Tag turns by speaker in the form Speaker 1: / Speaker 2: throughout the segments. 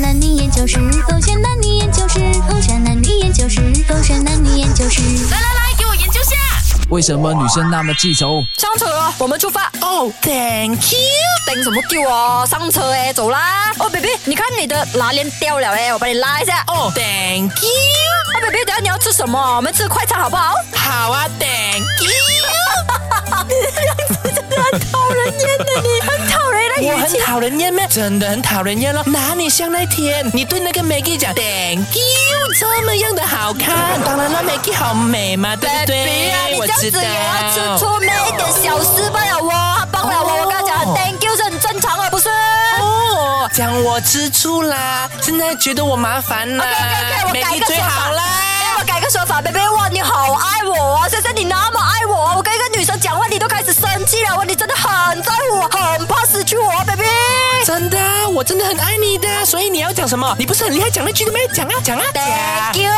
Speaker 1: 男女研究室，狗选男女研究室，狗选男女研究室，狗选男女研究室。
Speaker 2: 来来来，给我研究下。
Speaker 3: 为什么女生那么记仇？
Speaker 2: 上车了，啊我们出发。
Speaker 4: 哦、oh,，Thank you。
Speaker 2: 等什么 Q 哦？上车哎，走啦。哦、b a b y 你看你的拉链掉了哎，我帮你拉一下。哦、
Speaker 4: 哦、，Thank you。
Speaker 2: b a b y Oh, 等下你要吃什么？我们吃快餐好不好？
Speaker 4: 好啊，Thank you。
Speaker 2: 你这样子 真的很讨人厌的，你很讨人厌的
Speaker 4: 我
Speaker 2: 语
Speaker 4: 很
Speaker 2: 气。
Speaker 4: 讨人厌咩？真的很讨人厌了。哪里像那天你对那个 Maggie 讲 Thank you，这么样的好看。当然了，Maggie 好美嘛，对不
Speaker 2: baby
Speaker 4: 对？
Speaker 2: 啊，你
Speaker 4: 我
Speaker 2: 这样
Speaker 4: 知
Speaker 2: 子
Speaker 4: 道。
Speaker 2: 也要吃错咩？一点小事罢了哦，他帮了我，我跟他讲
Speaker 4: 哦
Speaker 2: thank you 是很正常的，不是？
Speaker 4: 哦，讲我吃醋啦，现在觉得我麻烦啦
Speaker 2: OK，OK，OK，我改一个
Speaker 4: Maggie 最
Speaker 2: 说法
Speaker 4: 好啦。
Speaker 2: 哎，我改个说法，baby，哇，你好爱我哦，先生你那么爱我哦，我跟一个女生讲话你都开始生气了，哇，你真的很在乎我，很怕失去我哦，baby。
Speaker 4: 真的，啊我真的很爱你的，所以你要讲什么？你不是很厉害讲那句的吗？讲啊讲啊讲啊
Speaker 2: Thank you，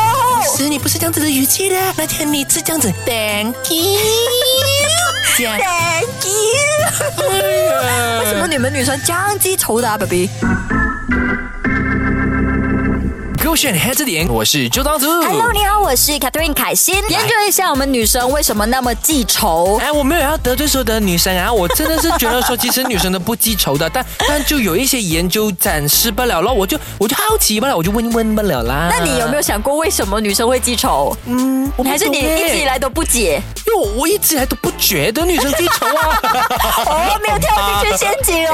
Speaker 4: 是你不是这样子的语气的，那天你是这样子，Thank you，讲，
Speaker 2: Thank you。为
Speaker 4: 哎
Speaker 2: 什么你们女生这样记仇的啊，baby？
Speaker 4: 勾选黑字点，哦我是周当主。
Speaker 2: Hello，你好，我是 Catherine 凯欣。呃研究一下我们女生为什么那么记仇。
Speaker 4: 哎，我没有要得罪所有的女生啊，我真的是觉得说，其实女生都不记仇的，但但就有一些研究展示不了了，我就我就好奇不了，我就问问不了啦。
Speaker 2: 那你有没有想过为什么女生会记仇？
Speaker 4: 嗯，我不
Speaker 2: 还是你
Speaker 4: 懂欸
Speaker 2: 一直以，来都不解？
Speaker 4: 因为我我一直以来都不觉得女生记仇 啊。
Speaker 2: 哦，没有跳进去陷阱哦。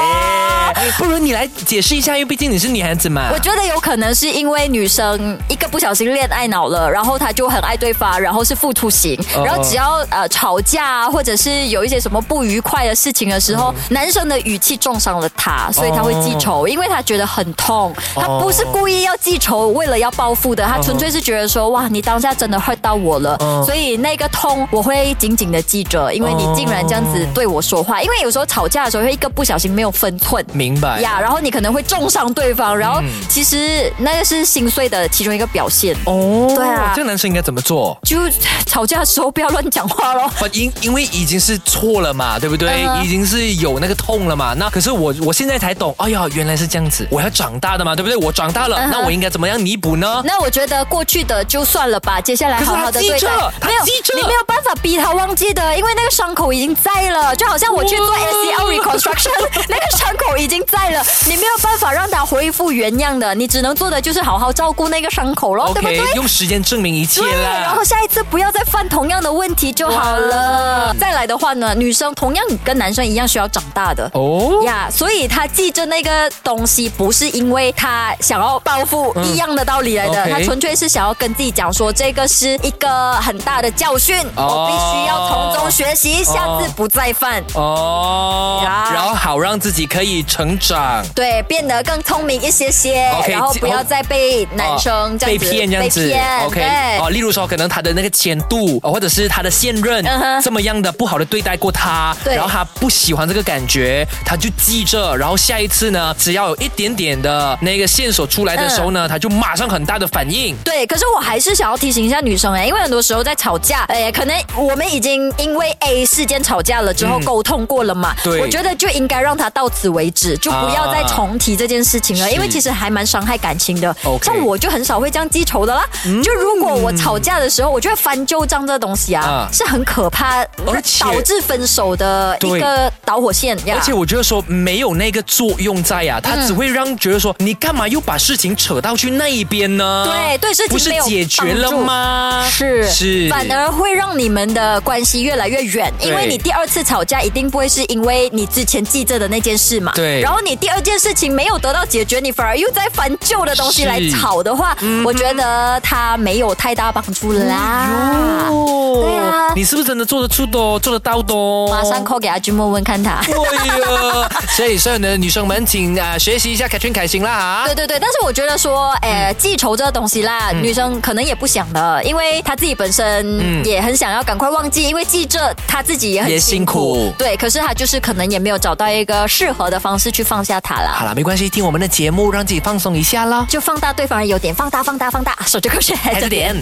Speaker 4: 哎不如你来解释一下，因为毕竟你是女孩子嘛
Speaker 2: 我。觉得有可能是因为女生一个不小心恋爱脑了，然后她就很爱对方，然后是付出型，
Speaker 4: 哦
Speaker 2: 然后只要呃吵架啊，或者是有一些什么不愉快的事情的时候，男生的语气重伤了她，所以她会记仇，因为她觉得很痛，她不是故意要记仇，为了要报复的，她纯粹是觉得说哇，你当下真的 hurt 到我了，
Speaker 4: 嗯
Speaker 2: 所以那个痛我会紧紧的记着，因为你竟然这样子对我说话，因为有时候吵架的时候会一个不小心没有分寸，
Speaker 4: 明白。
Speaker 2: 呀，然后你可能会重伤对方，然后
Speaker 4: 嗯
Speaker 2: 其实那个是心碎的其中一个表现。
Speaker 4: 哦，
Speaker 2: 对啊
Speaker 4: 这个男生应该怎么做？
Speaker 2: 就吵架的时候不要乱讲话咯。
Speaker 4: 不因因为已经是错了嘛，对不对？
Speaker 2: 嗯
Speaker 4: 已经是有那个痛了嘛。那可是我我现在才懂，哎呀，原来是这样子。我要长大的嘛，对不对？我长大了，
Speaker 2: 嗯哼
Speaker 4: 那我应该怎么样弥补呢？
Speaker 2: 那我觉得过去的就算了吧，接下来
Speaker 4: 可是
Speaker 2: 好
Speaker 4: 他
Speaker 2: 好的
Speaker 4: 记
Speaker 2: 对待
Speaker 4: 着，他
Speaker 2: 没有
Speaker 4: 记着
Speaker 2: 你没有办法逼他忘记的，因为那个伤口已经在了，就好像我去做
Speaker 4: 哇
Speaker 2: ACL reconstruction，那 个伤口已经在了，你没有办法让它恢复原样的，你只能做的就是好好照顾那个伤口咯，对不
Speaker 4: OK，
Speaker 2: 对？
Speaker 4: 用时间证明一切
Speaker 2: 对，然
Speaker 4: 啦
Speaker 2: 后。下一次不要再犯同样的问题就好了。再来的话呢，女生同样跟男生一样需要长大的。
Speaker 4: 哦，
Speaker 2: 呀所以她记着那个东西，不是因为她想要报复一样的道理来的，
Speaker 4: 嗯 OK
Speaker 2: 她纯粹是想要跟自己讲说，这个是一个很大的教训，
Speaker 4: 哦
Speaker 2: 我必须要从中学习，下次不再犯。
Speaker 4: 哦，
Speaker 2: 呀
Speaker 4: 然后好让自己可以成长。
Speaker 2: 对，变得更聪明一些些
Speaker 4: OK，
Speaker 2: 然后
Speaker 4: 记
Speaker 2: 不要再被男生这样
Speaker 4: 啊被
Speaker 2: 子、
Speaker 4: 骗这样子
Speaker 2: 被骗
Speaker 4: o
Speaker 2: 对
Speaker 4: k 哦，例如说可能他的那个前度，哦或者是他的现任、
Speaker 2: 嗯哼
Speaker 4: 这么样的不好的对待过他，
Speaker 2: 对
Speaker 4: 然后他不喜欢这个感觉，他就记着，然后下一次呢，只要有一点点的那个线索出来的时候
Speaker 2: 嗯
Speaker 4: 呢，他就马上很大的反应。
Speaker 2: 对，可是我还是想要提醒一下女生哎，因为很多时候在吵架，
Speaker 4: 嗯
Speaker 2: 哎，可能我们已经因为 A 事件吵架了之后
Speaker 4: 嗯
Speaker 2: 沟通过了嘛，
Speaker 4: 对
Speaker 2: 我觉得就应该让它到此为止，就不要再
Speaker 4: 啊
Speaker 2: 重提这件事情了，
Speaker 4: 是
Speaker 2: 因为其实还蛮伤害感情的。
Speaker 4: OK 嗯
Speaker 2: 像我就很少会这样记仇的啦，就如果我吵架的时候，我觉得翻旧账这东西啊
Speaker 4: 啊
Speaker 2: 是很可怕，
Speaker 4: 而且
Speaker 2: 导致分手的一
Speaker 4: 对
Speaker 2: 个导火线呀
Speaker 4: 而且我觉得说没有那个作用在呀、他只会让觉得说你干嘛又把事情扯到去那一边呢？
Speaker 2: 对对事情
Speaker 4: 不是
Speaker 2: 没有
Speaker 4: 解决了
Speaker 2: 帮助
Speaker 4: 吗？
Speaker 2: 是
Speaker 4: 是，
Speaker 2: 反而会让你们的关系越来越远，
Speaker 4: 对
Speaker 2: 因为你第二次吵架一定不会是因为你之前记着的那件事嘛，
Speaker 4: 对
Speaker 2: 然后你第二件事情没有得到解决，你反而又在翻旧的东西
Speaker 4: 是
Speaker 2: 来吵的话，
Speaker 4: 嗯
Speaker 2: 我觉得它没有太大帮助啦。
Speaker 4: 哦，
Speaker 2: 对啊
Speaker 4: 你是不是真的做得出的哦，做得到的哦？
Speaker 2: 马上 call 给阿君问问看他。
Speaker 4: 对 呀，所以所有的女生们，请啊、呃学习一下凯旋凯行啦
Speaker 2: 对对对，但是我觉得说，诶、
Speaker 4: 嗯
Speaker 2: 记仇这个东西啦，女生可能也不想的，因为她自己本
Speaker 4: 嗯
Speaker 2: 身也很想要赶快忘记，因为记着她自己也很
Speaker 4: 也
Speaker 2: 辛苦。
Speaker 4: 辛苦
Speaker 2: 对，可是她就是可能也没有找到一个适合的方式去放下她
Speaker 4: 哈。
Speaker 2: 啦。
Speaker 4: 好了，没关系，听我们的节目，让自己放松一下啦。
Speaker 2: 就放大对方有点放大放大放大，手就过去，
Speaker 4: 开着点。